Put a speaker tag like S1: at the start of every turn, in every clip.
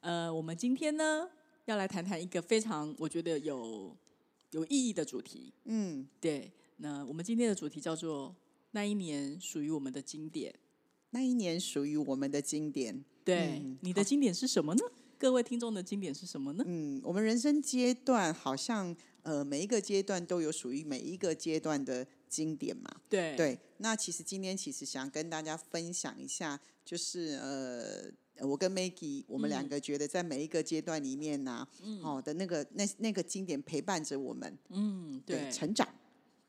S1: 呃，我们今天呢要来谈谈一个非常我觉得有有意义的主题。
S2: 嗯，
S1: 对，那我们今天的主题叫做“那一年属于我们的经典
S2: 那一年属于我们的经典。”
S1: 对，
S2: 嗯
S1: 你的经典是什么呢？各位听众的经典是什么呢？
S2: 嗯，我们人生阶段好像呃每一个阶段都有属于每一个阶段的经典嘛。
S1: 对
S2: 对，那其实今天其实想跟大家分享一下，就是呃，我跟 Maggie 我们两
S1: 嗯
S2: 个觉得在每一个阶段里面呢、哦的那个那那个经典陪伴着我们，
S1: 嗯，对，
S2: 成长，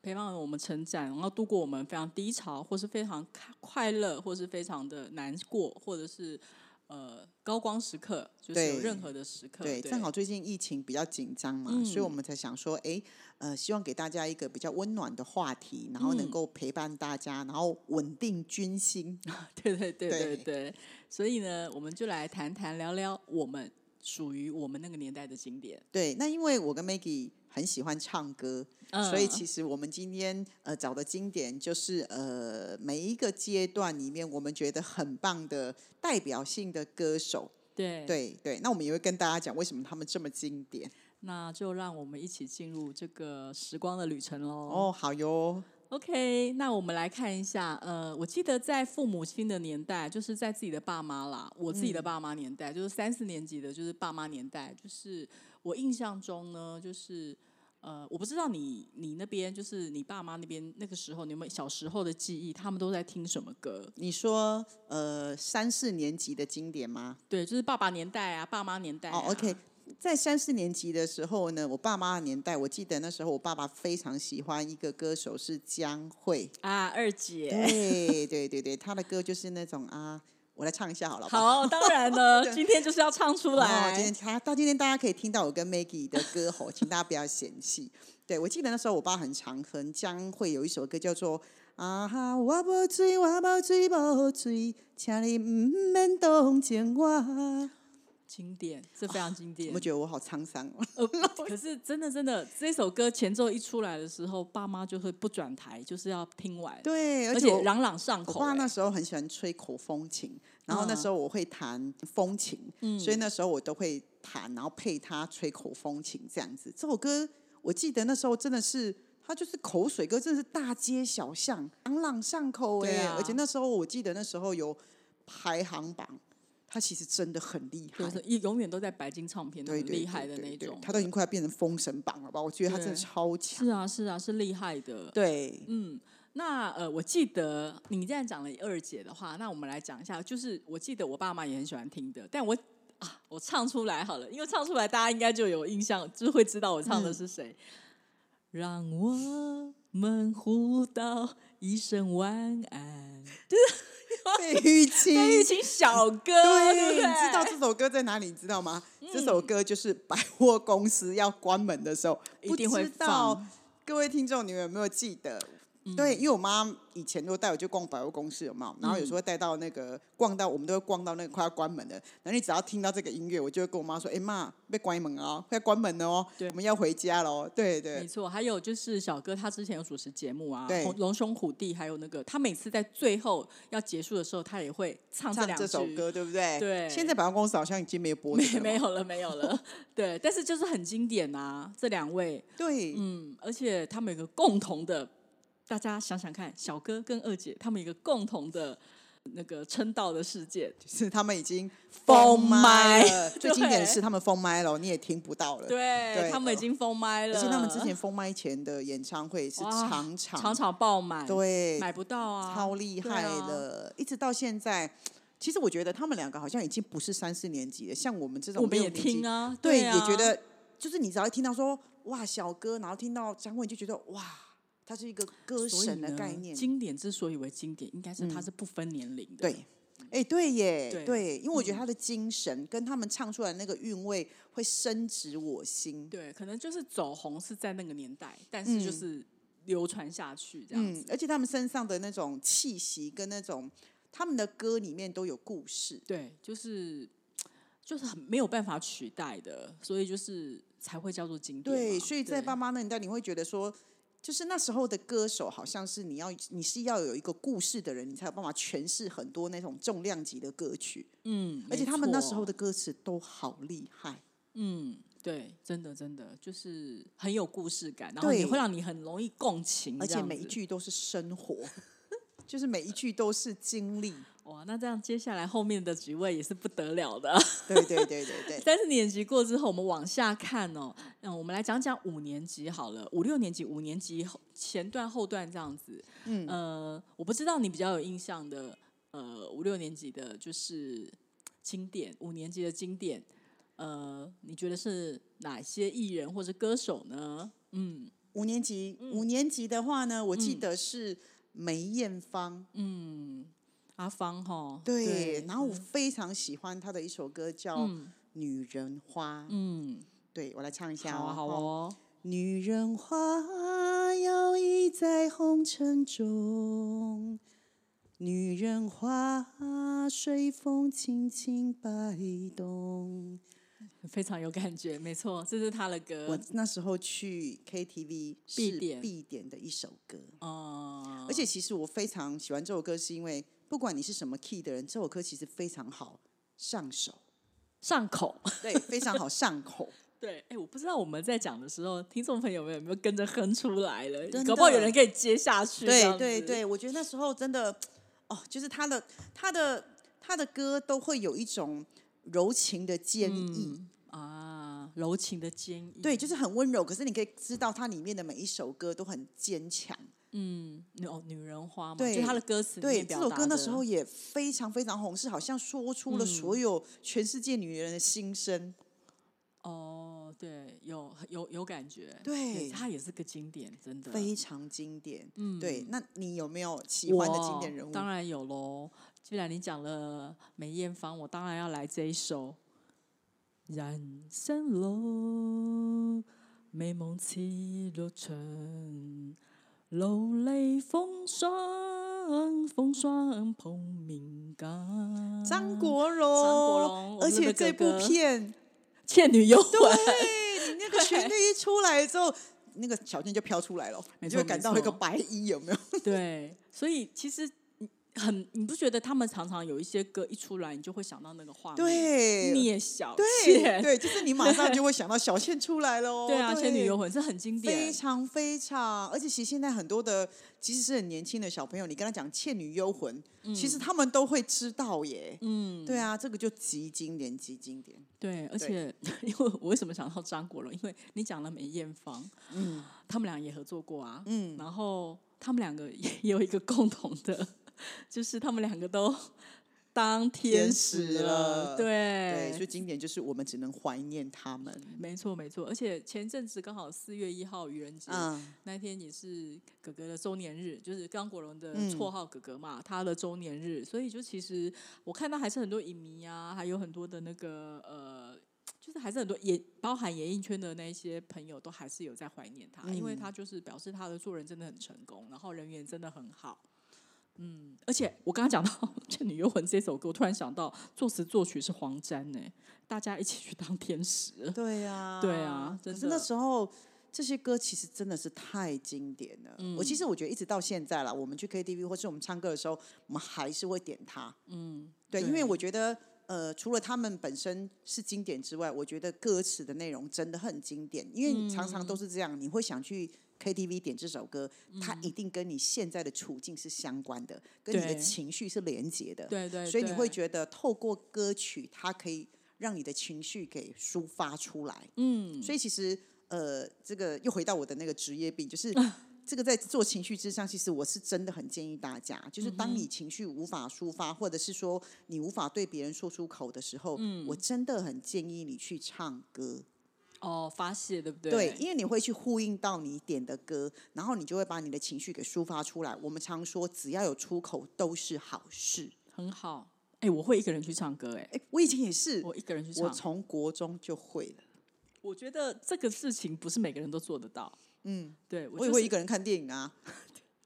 S1: 陪伴我们成长，然后度过我们非常低潮，或是非常开快乐，或是非常的难过，或者是呃高光时刻，就是有
S2: 对
S1: 任何的时刻。
S2: 对，
S1: 对嗯
S2: 正好最近疫情比较紧张嘛，所以我们才想说，哎，呃，希望给大家一个比较温暖的话题，然后能
S1: 嗯
S2: 够陪伴大家，然后稳定军心，
S1: 对对对
S2: 对
S1: 对对，所以呢，我们就来谈谈聊聊我们属于我们那个年代的经典。
S2: 对，那因为我跟 Maggie 很喜欢唱歌，所以
S1: 嗯
S2: 其实我们今天呃找的经典就是呃每一个阶段里面我们觉得很棒的代表性的歌手。
S1: 对，
S2: 对对，那我们也会跟大家讲为什么他们这么经典。
S1: 那就让我们一起进入这个时光的旅程喽。
S2: 哦，好哟，
S1: OK，那我们来看一下，呃，我记得在父母亲的年代，就是在自己的爸妈啦，我
S2: 嗯
S1: 自己的爸妈年代，就是三四年级的，就是爸妈年代，就是我印象中呢，就是呃，我不知道你你那边，就是你爸妈那边那个时候，你有没有小时候的记忆，他们都在听什么歌？
S2: 你说呃三四年级的经典吗？
S1: 对，就是爸爸年代啊，爸妈年代、啊。
S2: 哦，OK，在三四年级的时候呢，我爸妈的年代，我记得那时候我爸爸非常喜欢一个歌手是江蕙。
S1: 啊，二姐。
S2: 对对对对，他的歌就是那种啊，我来唱一下好了。不，
S1: 好，当然 了，今天就是要唱出
S2: 哦
S1: 来。
S2: 今天他到今天大家可以听到我跟 Maggie 的歌喉，请大家不要嫌弃。对我记得那时候我爸很常哼将会有一首歌叫做。啊哈！我无醉，我无醉，无醉，请你唔免同情我。我
S1: 经典，这非常经典。
S2: 觉得我好沧桑 哦。
S1: 呃，可是真的真的，这首歌前奏一出来的时候，爸妈就会不转台，就是要听完，
S2: 对，
S1: 而
S2: 且我
S1: 且朗朗上
S2: 我
S1: 口、
S2: 爸那
S1: 欸。
S2: 时候很喜欢吹口风琴，然后那
S1: 嗯
S2: 时候我会弹风琴，所以那时候我都会弹，然后配他吹口风琴这样子。这首歌我记得那时候真的是，它就是口水歌，真的是大街小巷朗朗上口哎、
S1: 对啊
S2: 而且那时候我记得那时候有排行榜，他其实真的很厉害
S1: 就。是一永远都在白金唱片
S2: 对
S1: 很
S2: 对
S1: 厉害的
S2: 对
S1: 那一
S2: 对
S1: 种，
S2: 他都已经快要变成封神榜了吧？我觉得他真的
S1: 对
S2: 超强。
S1: 是啊是啊是厉害的。
S2: 对，
S1: 嗯，那呃，我记得你这样讲了二姐的话，那我们来讲一下，就是我记得我爸妈也很喜欢听的，但我啊，我唱出来好了，因为唱出来大家应该就有印象，就会知道我唱
S2: 嗯
S1: 的是谁。让我们互道一声晚
S2: 哎
S1: 安，
S2: 费玉清，
S1: 费玉清小哥，对不
S2: 对，
S1: 对嗯
S2: 你知道这首歌在哪里？你知道吗？这首歌就是 百货公司要关门的时候，
S1: 一定会
S2: 不知道
S1: 放嗯
S2: 各位听众，你们有没有记得？对，因为我妈以前如果带我去逛百货公司，有没有？然后
S1: 嗯
S2: 有时候会带到那个逛到，我们都会逛到那个快要关门的。然后你只要听到这个音乐，我就会跟我妈说：“哎、妈，被关门哦，快关门了哦，
S1: 对
S2: 我们要回家喽。”对
S1: 没
S2: 对
S1: 错，还有就是小哥他之前有主持节目啊，
S2: 对
S1: 红龙兄虎弟，还有那个他每次在最后要结束的时候，他也会唱
S2: 唱
S1: 两
S2: 这首
S1: 句
S2: 歌对不对？
S1: 对
S2: 现在百货公司好像已经没有播这个了嘛
S1: 没没有了，没有了。对，但是就是很经典啊，这两位，
S2: 对，
S1: 嗯，而且他们有个共同的，大家想想看，小哥跟二姐他们有一个共同的那个称道的事件，
S2: 是他们已经
S1: 封
S2: 麦
S1: 麦
S2: 了。最经典的
S1: 对
S2: 是他们封麦了，你也听不到了。
S1: 对
S2: 对
S1: 他们已经封麦了，
S2: 而且他们之前封麦前的演唱会是
S1: 哇
S2: 场场
S1: 常常爆满，，
S2: 对，
S1: 买不到啊，
S2: 超厉害
S1: 对啊。
S2: 的，一直到现在。其实我觉得他们两个好像已经不是三四年级了，像我们这种
S1: 我们
S2: 六
S1: 也
S2: 年级
S1: 听，啊，
S2: 对，
S1: 啊、
S2: 也觉得就是你只要一听到说哇小哥，然后听到张惠，你就觉得哇，他是一个歌
S1: 所以
S2: 神的
S1: 呢
S2: 概念，
S1: 经典之所以为经典，应该是它是不分年龄的，
S2: 对。哎、哎、对耶，
S1: 对嗯
S2: 因为我觉得他的精神跟他们唱出来那个韵味会深植我心。
S1: 对，可能就是走红是在那个年代，但是就
S2: 嗯
S1: 是流传下去这样
S2: 嗯
S1: 子。，
S2: 而且他们身上的那种气息跟那种他们的歌里面都有故事。
S1: 对，就是就是很没有办法取代的，所以就是才会叫做经典嘛。
S2: 对，所以在
S1: 对
S2: 爸妈那年代，你会觉得说，就是那时候的歌手好像是你要你是要有一个故事的人，你才有办法诠释很多那种重量级的歌曲，
S1: 嗯，
S2: 而且
S1: 没
S2: 他们那
S1: 错
S2: 时候的歌词都好厉害。
S1: 嗯，对，真的真的就是很有故事感，然后也
S2: 对
S1: 会让你很容易共情，
S2: 而
S1: 这
S2: 且
S1: 样
S2: 每一
S1: 子
S2: 句都是生 活，就是每一句都是经历。
S1: 哇，那这样接下来后面的几位也是不得了的。
S2: 对对对对对，
S1: 三四年级过之后，我们往下看哦，嗯，我们来讲讲五年级好了，五六年级、五年级后前段后段这样子。
S2: 嗯
S1: 呃，我不知道你比较有印象的，呃，五六年级的就是经典，五年级的经典，呃，你觉得是哪些艺人或者歌手呢？嗯
S2: 五年级，五年级的话呢，我记得是梅艳芳，
S1: 嗯，阿芳哈，
S2: 对，然后我非常喜欢她的一首歌叫《
S1: 嗯
S2: 女人花》，
S1: 嗯，
S2: 对我来唱一下
S1: 好啊好哦，
S2: 女人花摇曳在红尘中，女人花随风轻轻摆动。
S1: 非常有感觉，没错，这是他的歌。
S2: 我那时候去 KTV
S1: 嗯必
S2: 是
S1: 点
S2: 必点的一首歌，
S1: 哦，
S2: 而且其实我非常喜欢这首歌，是因为不管你是什么 key 的人，这首歌其实非常好上手，
S1: 上口。
S2: 对，非常好上 口。
S1: 对，哎、我不知道我们在讲的时候，听众朋友们有没有跟着哼出来了
S2: 真？
S1: 搞不好有
S2: 的
S1: 人可以接下去。这
S2: 对
S1: 样
S2: 对
S1: 子，
S2: 对，我觉得那时候真的，哦，就是他的他的他的歌都会有一种柔情的坚毅，
S1: 嗯啊，柔情的坚毅。
S2: 对，就是很温柔。可是你可以知道，它里面的每一首歌都很坚强。
S1: 嗯，女哦，女人花嘛，
S2: 对
S1: 就她的歌词里
S2: 对，
S1: 面
S2: 这
S1: 表
S2: 首
S1: 达
S2: 歌那
S1: 的嗯
S2: 时候也非常非常红，是好像说出了所有全世界女人的心声。
S1: 哦，对，有有有感觉。
S2: 对
S1: 她也是个经典，真的。
S2: 非常经典，
S1: 嗯
S2: 对。那你有没有喜欢的经典
S1: 我
S2: 人物？
S1: 当然有喽。既然你讲了梅艳芳，我当然要来这一首《人生路》，美梦似落尘，流泪风霜，风霜碰敏感。
S2: 张国荣，
S1: 国荣我
S2: 而
S1: 们
S2: 且
S1: 的
S2: 这部
S1: 哥哥
S2: 片
S1: 《倩女幽魂》
S2: 对你那个旋律一出来之后，那个小倩就飘出来了，你
S1: 没
S2: 就会
S1: 错
S2: 感
S1: 没
S2: 到一个
S1: 错
S2: 白衣，有没 有？
S1: 对，所以其实你很，你不觉得他们常常有一些歌一出来，你就会想到那个画面？
S2: 对，
S1: 聂小
S2: 对，
S1: 倩，
S2: 对，就是你马上就会想到小倩出来了哦。
S1: 对啊，《倩女幽魂》这很经典
S2: 非，常非常，而且其实现在很多的，即使是很年轻的小朋友，你跟他讲《倩女幽魂》其实他们都会知道耶。
S1: 嗯，
S2: 对啊，这个就极经典，极经典。
S1: 对，而且 因为我为什么想到张国荣？因为你讲了梅艳芳，
S2: 嗯
S1: 他们俩也合作过啊，
S2: 嗯，
S1: 然后他们两个也也有一个共同的， 就是他们两个都当天
S2: 天
S1: 使
S2: 使了对，
S1: 对
S2: 所以经典就是我们只能怀念他们。
S1: 没错没错，而且前阵子刚好四月一号愚人节，
S2: 嗯，
S1: 那天也是哥哥的周年日，就是张国荣的
S2: 嗯
S1: 绰号哥哥嘛，他的周年日，所以就其实我看到还是很多影迷啊，还有很多的那个呃，就是还是很多也包含演艺圈的那一些朋友都还是有在怀念他，因为
S2: 嗯
S1: 他就是表示他的做人真的很成功，然后人缘真的很好。嗯，而且我刚刚讲到 《倩女幽魂》这首歌，我突然想到作词作曲是黄沾呢、大家一起去当天使 了。
S2: 对啊，
S1: 对啊
S2: 可
S1: 真
S2: 是那
S1: 的
S2: 时候这些歌其实真的是太经典了。
S1: 嗯
S2: 我其实我觉得一直到现在啦，我们去 KTV 或是我们唱歌的时候，我们还是会点它。
S1: 嗯，
S2: 对，因为我觉得。呃，除了他们本身是经典之外，我觉得歌词的内容真的很经典，因为常常
S1: 嗯
S2: 都是这样，你会想去 KTV 点这首歌，它一定跟你现在的处境是相关的，跟你的
S1: 嗯对
S2: 情绪是连结的。
S1: 对对，
S2: 所以你会
S1: 对
S2: 觉得透过歌曲，它可以让你的情绪给抒发出来。
S1: 嗯，
S2: 所以其实呃，这个又回到我的那个职业病，就是 这个在做情绪之上，其实我是真的很建议大家，就是
S1: 嗯
S2: 当你情绪无法抒发，或者是说你无法对别人说出口的时候，
S1: 嗯
S2: 我真的很建议你去唱歌。
S1: 哦，发泄对不对？
S2: 对，因为你会去呼应到你点的歌，然后你就会把你的情绪给抒发出来。我们常说，只要有出口都是好事。
S1: 很好。哎、我会一个人去唱歌、哎，
S2: 哎，我以前也是，
S1: 我一个人去
S2: 我
S1: 唱。
S2: 从国中就会了。
S1: 我觉得这个事情不是每个人都做得到。
S2: 嗯，
S1: 对，
S2: 我
S1: 我
S2: 也
S1: 就是
S2: 会一个人看电影啊，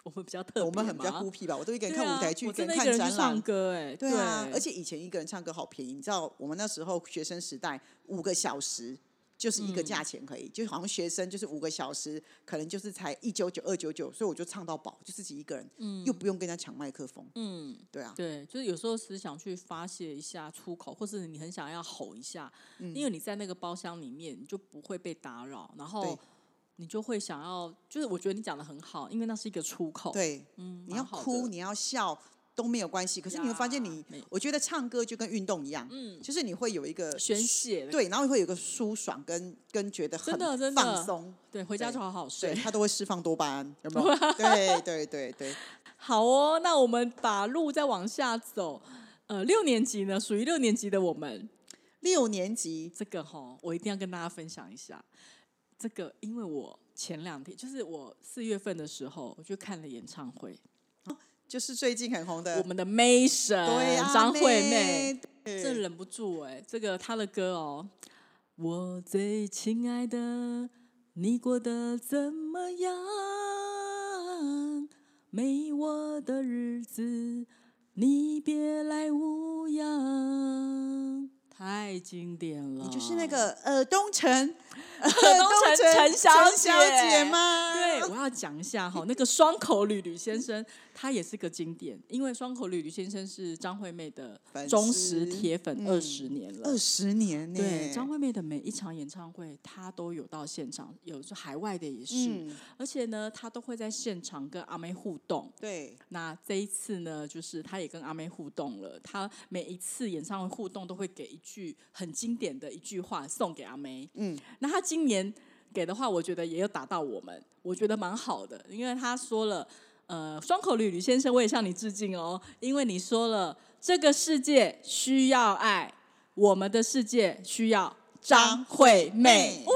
S1: 我们比较特别嘛，
S2: 我们很比较孤僻吧，我都一个人
S1: 对
S2: 看
S1: 啊
S2: 舞台剧，
S1: 我
S2: 跟
S1: 真的一
S2: 看
S1: 个人
S2: 展
S1: 去
S2: 览
S1: 唱。歌、哎，
S2: 对啊，而
S1: 且
S2: 且以前一个人唱歌好便宜，你知道我们那时候学生时代五个小时就是一个
S1: 嗯
S2: 价钱可以，就好像学生就是五个小时可能就是才一九九二九九，所以我就唱到饱，就自己一个人，又不用跟人家抢麦克风，
S1: 嗯，
S2: 对啊，
S1: 对，就是有时候只是想去发泄一下出口，或是你很想要吼一下，
S2: 嗯
S1: 因为你在那个包厢里面，你就不会被打扰，然
S2: 对
S1: 后你就会想要，就是我觉得你讲的很好，因为那是一个出口。，
S2: 对，
S1: 嗯，
S2: 你
S1: 蛮
S2: 要
S1: 好的
S2: 哭，你要笑都没有关系，可是你会发现
S1: 呀
S2: 你
S1: 没，
S2: 我觉得唱歌就跟运动一样，
S1: 嗯
S2: 就是你会有一个
S1: 宣泄的，
S2: 对，然后会有一个舒爽跟跟觉得很
S1: 真的真的
S2: 放松，
S1: 对，回家
S2: 对
S1: 就好好
S2: 对
S1: 睡。
S2: 他都会释放多巴胺，有没 有？对对对对，
S1: 好哦，那我们把路再往下走。呃，六年级呢，属于六年级的我们，
S2: 六年级
S1: 这个哈，我一定要跟大家分享一下。这个，因为我前两天，就是我四月份的时候，我去看了演唱会，
S2: 就是最近很红的
S1: 我，们的 Mason
S2: 对啊，
S1: 张惠
S2: 妹
S1: 妹，，这忍不住哎、这个她的歌哦，我最亲爱的，你过得怎么样？没我的日子，你别来无恙。太经典了，
S2: 你就是那个呃东城，呃
S1: 啊 东城陈
S2: 陈
S1: 小
S2: 小
S1: 姐
S2: 姐吗？
S1: 对，我要讲一下 哈，那个双口吕吕先生，他也是个经典，因为双口吕吕先生是张惠妹的
S2: 粉丝
S1: 忠实铁
S2: 嗯
S1: 粉二十年了。
S2: 二十年呢，
S1: 对，张惠妹的每一场演唱会，她都有到现场，有是海外的也是，
S2: 嗯，
S1: 而且呢，她都会在现场跟阿妹互动。
S2: 对，
S1: 那这一次呢，就是她也跟阿妹互动了，她每一次演唱会互动都会给一句很经典的一句话送给阿妹。
S2: 嗯，
S1: 那他今年给的话，我觉得也有打到我们，我觉得蛮好的，因为他说了，呃，双口吕吕先生，我也向你致敬哦，因为你说了，这个世界需要爱，我们的世界需要张惠妹。
S2: 哇，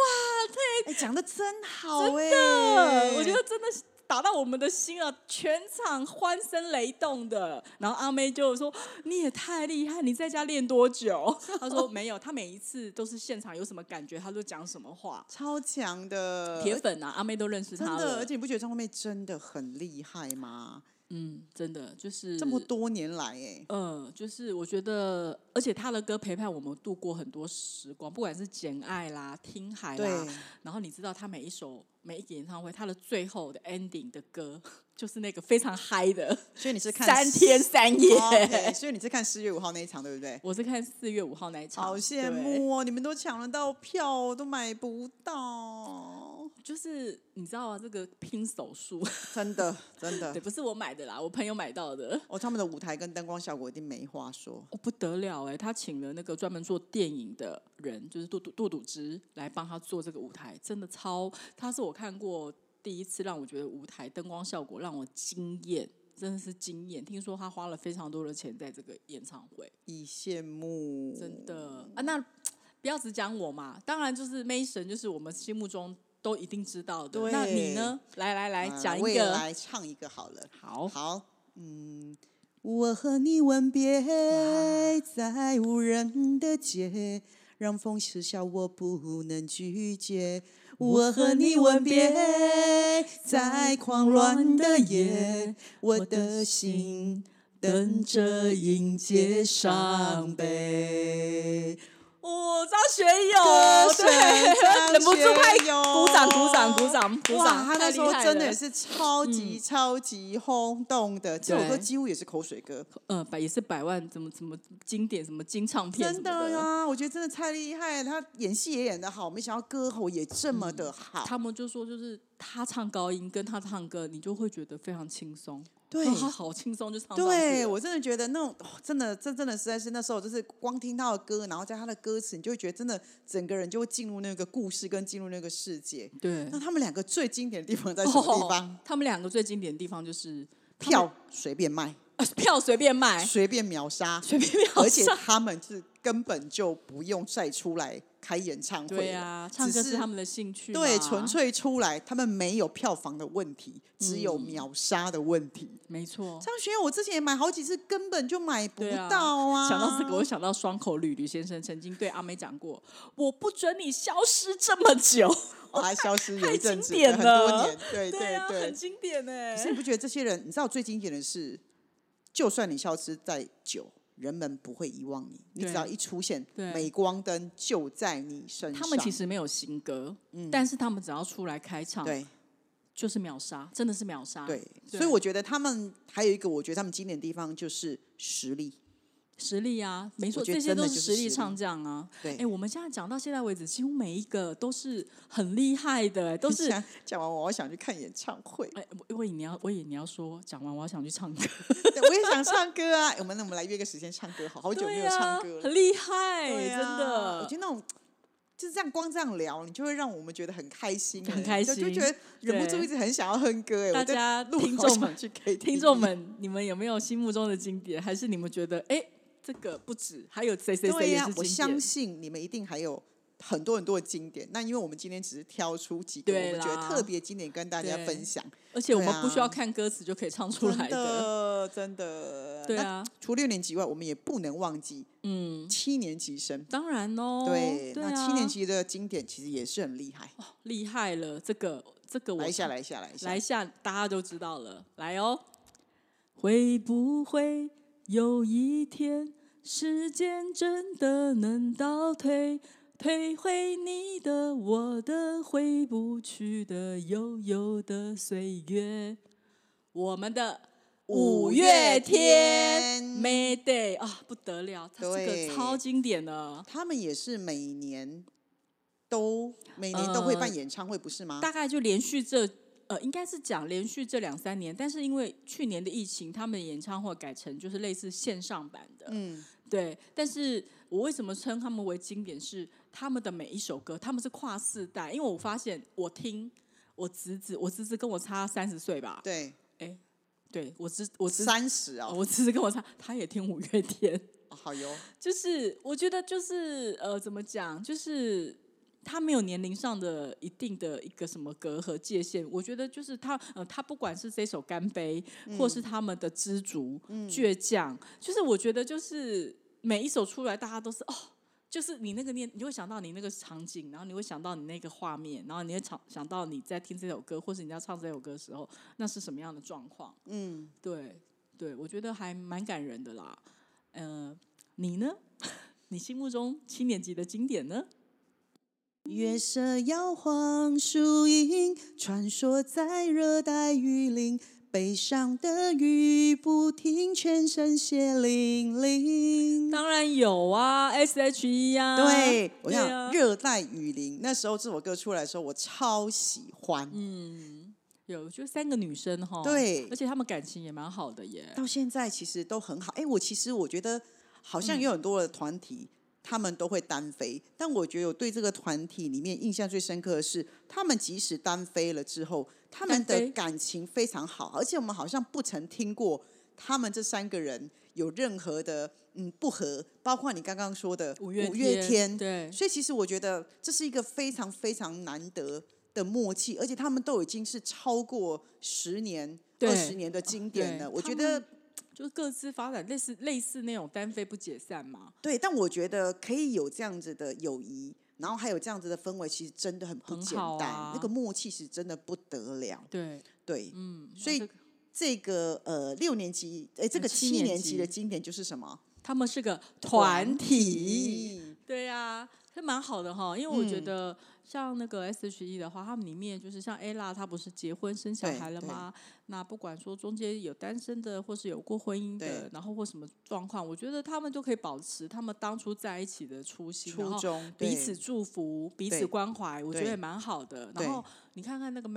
S2: 对，哎讲的真好哎，
S1: 呃，我觉得真的是打到我们的心啊，全场欢声雷动的。然后阿妹就说：“你也太厉害，你在家练多久？” 她说：“没有，她每一次都是现场有什么感觉，她就讲什么话。”
S2: 超强的，
S1: 铁粉啊，阿妹都认识
S2: 真
S1: 他
S2: 的，
S1: 了
S2: 而。且你不觉得张惠妹真的很厉害吗？
S1: 嗯，真的就是
S2: 这么，多年来，哎，
S1: 嗯，就是我觉得，而且他的歌陪伴我们度过很多时光，不管是《简爱》啦、《听海》
S2: 对
S1: 啦，，然后你知道他每一首、每一个演唱会，他的最后的 ending 的歌， 就是那个非常嗨的
S2: 所以你是看
S1: 三天三夜。
S2: 哦，OK，所以你是看四月五号那一场，对不对？
S1: 我是看四月五号那一场，
S2: 好羡
S1: 对。
S2: 慕哦！你们都抢得到票，我都买不到，
S1: 就是你知道啊，这个拼手速，
S2: 真的真
S1: 对，
S2: 的。
S1: 不是我买的啦，我朋友买到的。
S2: 哦，他们的舞台跟灯光效果一定没话说。
S1: 哦，不得了哎！他请了那个专门做电影的人，就是杜杜杜笃之来帮他做这个舞台，真的超，他是我看过第一次让我觉得舞台灯光效果让我惊艳，真的是惊艳。听说他花了非常多的钱在这个演唱会，
S2: 以羡慕，
S1: 真的啊！那不要只讲我嘛，当然就是 Mason，就是我们心目中都一定知道的。那
S2: 对
S1: 你呢？来来来，
S2: 啊
S1: 讲一
S2: 我也
S1: 个。
S2: 来唱一个好了。
S1: 好，
S2: 好，嗯，我和你吻别在无人的街，让风痴笑我不能拒绝。我和你吻别在狂乱的夜，我的心等着迎接伤悲。
S1: 哦，张学
S2: 歌
S1: 友，
S2: 神
S1: 对，
S2: 张
S1: 忍不住拍
S2: 学友
S1: 鼓掌，鼓掌，鼓掌，鼓
S2: 哇，
S1: 掌！
S2: 他那
S1: 太
S2: 时候
S1: 厉害
S2: 真的也
S1: 了
S2: 是超级超级轰动的，这首歌
S1: 对
S2: 几乎也是口水歌，
S1: 呃，百也是百万，怎么怎么经典，什么金唱片什
S2: 真
S1: 么的
S2: 的啊呀！我觉得真的太厉害了，他演戏也演得好，没想到歌喉也这么的好。
S1: 他们就说，就是他唱高音跟他唱歌，你就会觉得非常轻松。
S2: 对
S1: 哦他好轻松就唱上去
S2: 对
S1: 了
S2: 我真的觉得那种、哦真的，这真的实在是那时候就是光听到的歌，然后加他的歌词，你就会觉得真的整个人就会进入那个故事跟进入那个世界。
S1: 对
S2: 那，他们两个最经典的地方在什么地方？
S1: 哦他们两个最经典的地方就是他们
S2: 票随便卖，
S1: 啊票随便
S2: 哎
S1: 卖，
S2: 随便秒杀，
S1: 随便秒
S2: 而且
S1: 杀
S2: 他们是根本就不用再出来开演唱会了，
S1: 对啊，唱歌
S2: 只
S1: 是他们的兴趣嘛，
S2: 对，纯粹出来，他们没有票房的问题，只有
S1: 嗯
S2: 秒杀的问题。
S1: 没错。
S2: 张学友，我之前也买好几次，根本就买不
S1: 对啊
S2: 到啊！
S1: 想到这个，我想到双口吕吕先生曾经对阿美讲过：“我不准你消失这么久。
S2: 我还消失有一阵子，
S1: 太经典
S2: 很多
S1: 了
S2: 年，”对
S1: 对啊，
S2: 对
S1: 很。经典哎、
S2: 可是你不觉得这些人？你知道最经典的是，就算你消失再久，人们不会遗忘你。你只
S1: 对
S2: 要一出现，
S1: 对
S2: 镁光灯就在你身上。
S1: 他们其实没有新歌，但是他们只要出来开场，
S2: 嗯对
S1: 就是秒杀，真的是秒杀。
S2: 对，
S1: 对
S2: 所以我觉得他们还有一个，我觉得他们经典的地方就是实力。
S1: 实力啊，没错，
S2: 我觉得
S1: 这些
S2: 真的
S1: 都
S2: 就是
S1: 实
S2: 实力
S1: 力唱将啊。
S2: 对
S1: 哎、我们现在讲到现在为止，几乎每一个都是很厉害 的、哎都是。
S2: 讲讲完我，我想去看演唱会。
S1: 哎、我我以为你要，我以为你要说讲完，我要想去唱歌，
S2: 对，我也想唱歌啊！ 我们那我们来约个时间唱歌，好好久没
S1: 对
S2: 有
S1: 啊
S2: 唱歌，了，
S1: 很厉害，
S2: 对啊
S1: 真的
S2: 我觉。得那种就是这样光这样聊，你就会让我们觉得很开心欸，
S1: 很开
S2: 就就
S1: 心
S2: 觉得忍不住
S1: 对
S2: 一直很想要哼歌哎，
S1: 大
S2: 我在
S1: 家
S2: 路
S1: 听
S2: 好
S1: 众
S2: 想
S1: 们
S2: 去 K
S1: 听众们，你们有没有心目中的经典？还是你们觉得，哎、这个不止，还有谁谁谁
S2: 对
S1: 也
S2: 呀、
S1: 是
S2: 我
S1: 经
S2: 相
S1: 典？
S2: 信你们一定还有。很多很多的经典，那因为我们今天只是挑出几个我
S1: 对
S2: 们觉得
S1: 啦
S2: 特别经典跟大家
S1: 对
S2: 分享，
S1: 而且我
S2: 对啊
S1: 们不需要看歌词就可以唱出
S2: 真
S1: 来的。
S2: 的真的。
S1: 对
S2: 那
S1: 啊，
S2: 除六年级以外，我们也不能忘记
S1: 嗯，
S2: 七年级生。
S1: 当然哦。
S2: 对，
S1: 啊、
S2: 那七年级的经典其实也是很厉害。
S1: 厉害了，这个这个我
S2: 来一下，来一下，来一下。
S1: 来一下，大家都知道了。来哦，会不会有一天，时间真的能倒退，退回你的、我的、回不去的悠悠的岁月？我们的
S2: 五
S1: 五
S2: 月
S1: 月
S2: 天
S1: 天 May Day 啊，不得了，它这
S2: 对
S1: 个超经典的。
S2: 他们也是每年都每年都会办演唱会，不是吗？
S1: 呃大概就连续这呃，应该是讲连续这两三年，但是因为去年的疫情，他们的演唱会改成就是类似线上版的，
S2: 嗯，
S1: 对。但是我为什么称他们为经典是？他们的每一首歌，他们是跨世代，因为我发现我听我侄子，我侄子跟我差三十岁吧，
S2: 对，
S1: 哎，对我侄我侄子
S2: 三十哦，
S1: 我侄子跟我差，他也听五月天，
S2: 好哟，
S1: 就是我觉得就是呃，怎么讲，就是他没有年龄上的一定的一个什么隔阂界限。我觉得就是他呃，他不管是这首《干杯》或是他们的《知足》倔强》，就是我觉得就是每一首出来，大家都是哦。就是你那个念，你就会想到你那个场景，然后你会想到你那个画面，然后你会想想到你在听这首歌，或是你在唱这首歌的时候，那是什么样的状况？
S2: 嗯，
S1: 对对，我觉得还蛮感人的啦。呃，你呢？ 你心目中七年级的经典呢？
S2: 月色摇晃树影，穿梭在热带雨林，悲伤的雨不停，全身血淋淋。
S1: 当然有啊，S.H.E 啊，
S2: 对，我
S1: 对
S2: 想
S1: 啊
S2: 《热带雨林》那时候这首歌出来的时候，我超喜欢。
S1: 嗯有就三个女生哈，
S2: 对
S1: 而且她们感情也蛮好的耶。
S2: 到现在其实都很好。哎，我其实我觉得好像
S1: 嗯
S2: 有很多的团体。他们都会单飞，但我觉得我对这个团体里面印象最深刻的是，他们即使单飞了之后，他们
S1: 单
S2: 的
S1: 飞
S2: 感情非常好，而且我们好像不曾听过他们这三个人有任何的嗯不和，包括你刚刚说的
S1: 五月
S2: 五月天，
S1: 对，
S2: 所以其实我觉得这是一个非常非常难得的默契，而且他们都已经是超过十年、
S1: 对
S2: 二十年的经典
S1: 对
S2: 了。我
S1: 他
S2: 觉得
S1: 们就是各自发展，类似类似那种单飞不解散嘛。
S2: 对，但我觉得可以有这样子的友谊，然后还有这样子的氛围，其实真的很不
S1: 很
S2: 简
S1: 好
S2: 单，
S1: 啊
S2: 那个默契是真的不得了。
S1: 对，
S2: 对，
S1: 嗯，那
S2: 所以
S1: 这个
S2: 这个呃六年级，哎，这个
S1: 嗯七
S2: 七
S1: 年
S2: 年级
S1: 级
S2: 的经典就是什么
S1: 他们是个团体。。对啊，是蛮好的哈，因为我觉
S2: 嗯
S1: 得像那个 S.H.E 的话，他们里面就是像 Ella，她不是结婚生小
S2: 对
S1: 孩了
S2: 对
S1: 吗？那不管说中间有单身的，或是有过婚姻的
S2: 对，
S1: 然后或什么状况，我觉得他们都可以保持他们当初在一起的初心，然
S2: 初
S1: 后
S2: 中
S1: 彼
S2: 对
S1: 此祝福、彼
S2: 对
S1: 此关怀，我觉
S2: 对
S1: 得也蛮好的。
S2: 对
S1: 然后你看看那个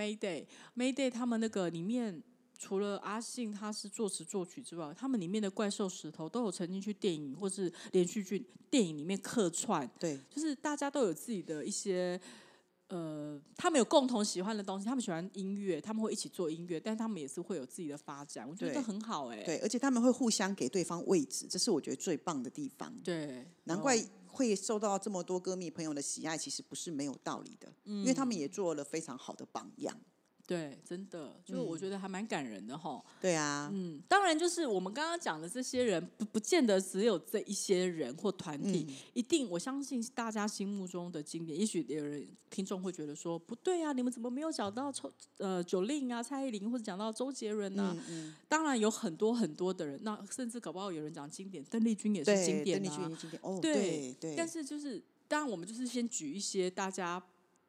S1: Mayday，Mayday 他们那个里面。除了阿信他是作词作曲之外，他们里面的怪兽石头都有曾经去电影或是连续剧、电影里面客串，
S2: 对
S1: 就是大家都有自己的一些呃，他们有共同喜欢的东西，他们喜欢音乐，他们会一起做音乐，但他们也是会有自己的发展，我觉得
S2: 对
S1: 很好哎、
S2: 对，而且他们会互相给对方位置，这是我觉得最棒的地方。
S1: 对，
S2: 难怪会受到这么多歌迷朋友的喜爱，其实不是没有道理的，因为他
S1: 嗯
S2: 们也做了非常好的榜样。
S1: 对，真的，就是
S2: 嗯
S1: 我觉得还蛮感人的哈。
S2: 对啊，
S1: 嗯，当然就是我们刚刚讲的这些人，不不见得只有这一些人或
S2: 嗯
S1: 团体，一定我相信大家心目中的经典。也许有人听众会觉得说，不对啊，你们怎么没有讲到抽呃九令啊、蔡依林，或者讲到周杰伦
S2: 嗯
S1: 啊？当然有很多很多的人，那甚至搞不好有人讲经典，邓丽君也是
S2: 对，
S1: 经典
S2: 邓丽
S1: 啊。
S2: 君也经典哦，
S1: 对
S2: 对对，
S1: 但是就是，当然我们就是先举一些大家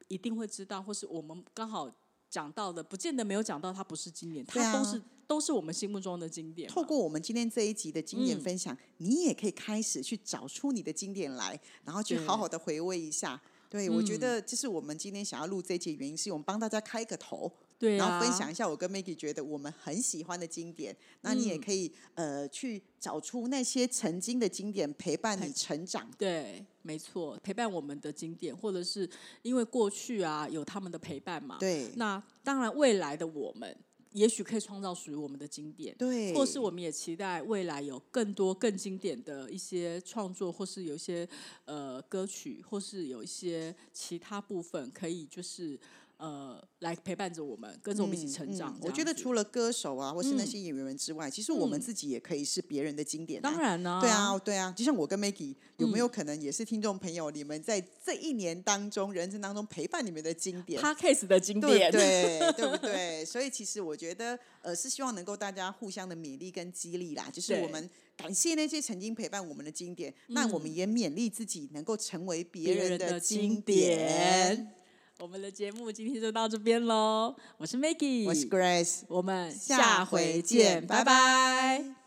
S1: 一定会知道，或是我们刚好讲到的，不见得没有讲到，它不是经典，
S2: 对
S1: 它
S2: 啊
S1: 都是、都是我们心目中的经典嘛。
S2: 透过我们今天这一集的经典
S1: 嗯
S2: 分享，你也可以开始去找出你的经典来，然后去
S1: 对嗯
S2: 好好的回味一下。对，我觉得这是我们今天想要录这一集的原因，是我们帮大家开个头，
S1: 对、啊，
S2: 然后分享一下我跟 Maggie 觉得我们很喜欢的经典。那你
S1: 嗯
S2: 也可以呃去找出那些曾经的经典陪伴你成长。
S1: 对，没错，陪伴我们的经典，或者是因为过去啊有他们的陪伴嘛。，
S2: 对
S1: 啊那当然未来的我们，也许可以创造属于我们的经典。
S2: 对，
S1: 或是我们也期待未来有更多更经典的一些创作，或是有一些呃歌曲，或是有一些其他部分可以就是呃来陪伴着我们，跟着我们一起成长。
S2: 嗯
S1: 这
S2: 我
S1: 样
S2: 觉得
S1: 子嗯
S2: 除了歌手啊，或是那些演员之外，其实我们自己也可以是别人的经典、啊。
S1: 当然呢、嗯
S2: 对啊，，对啊，就像我跟 Maggie，有没有可能也是听众朋友，你们在这一年当中、人生当中陪伴你们的经典？
S1: ，Podcast 的经
S2: 对
S1: 典，
S2: 不对？对 不对？所以其实我觉得，呃，是希望能够大家互相的勉励跟激励啦，就是
S1: 对
S2: 我们感谢那些曾经陪伴我们的经典，那我们也勉励自己能够成为别
S1: 嗯别人
S2: 的
S1: 的经
S2: 典
S1: 典。。我们的节目今天就到这边喽，我是 Maggie，
S2: 我是 Grace，
S1: 我们
S2: 下
S1: 下
S2: 回
S1: 回
S2: 见
S1: 见，拜
S2: 拜
S1: 拜。
S2: 拜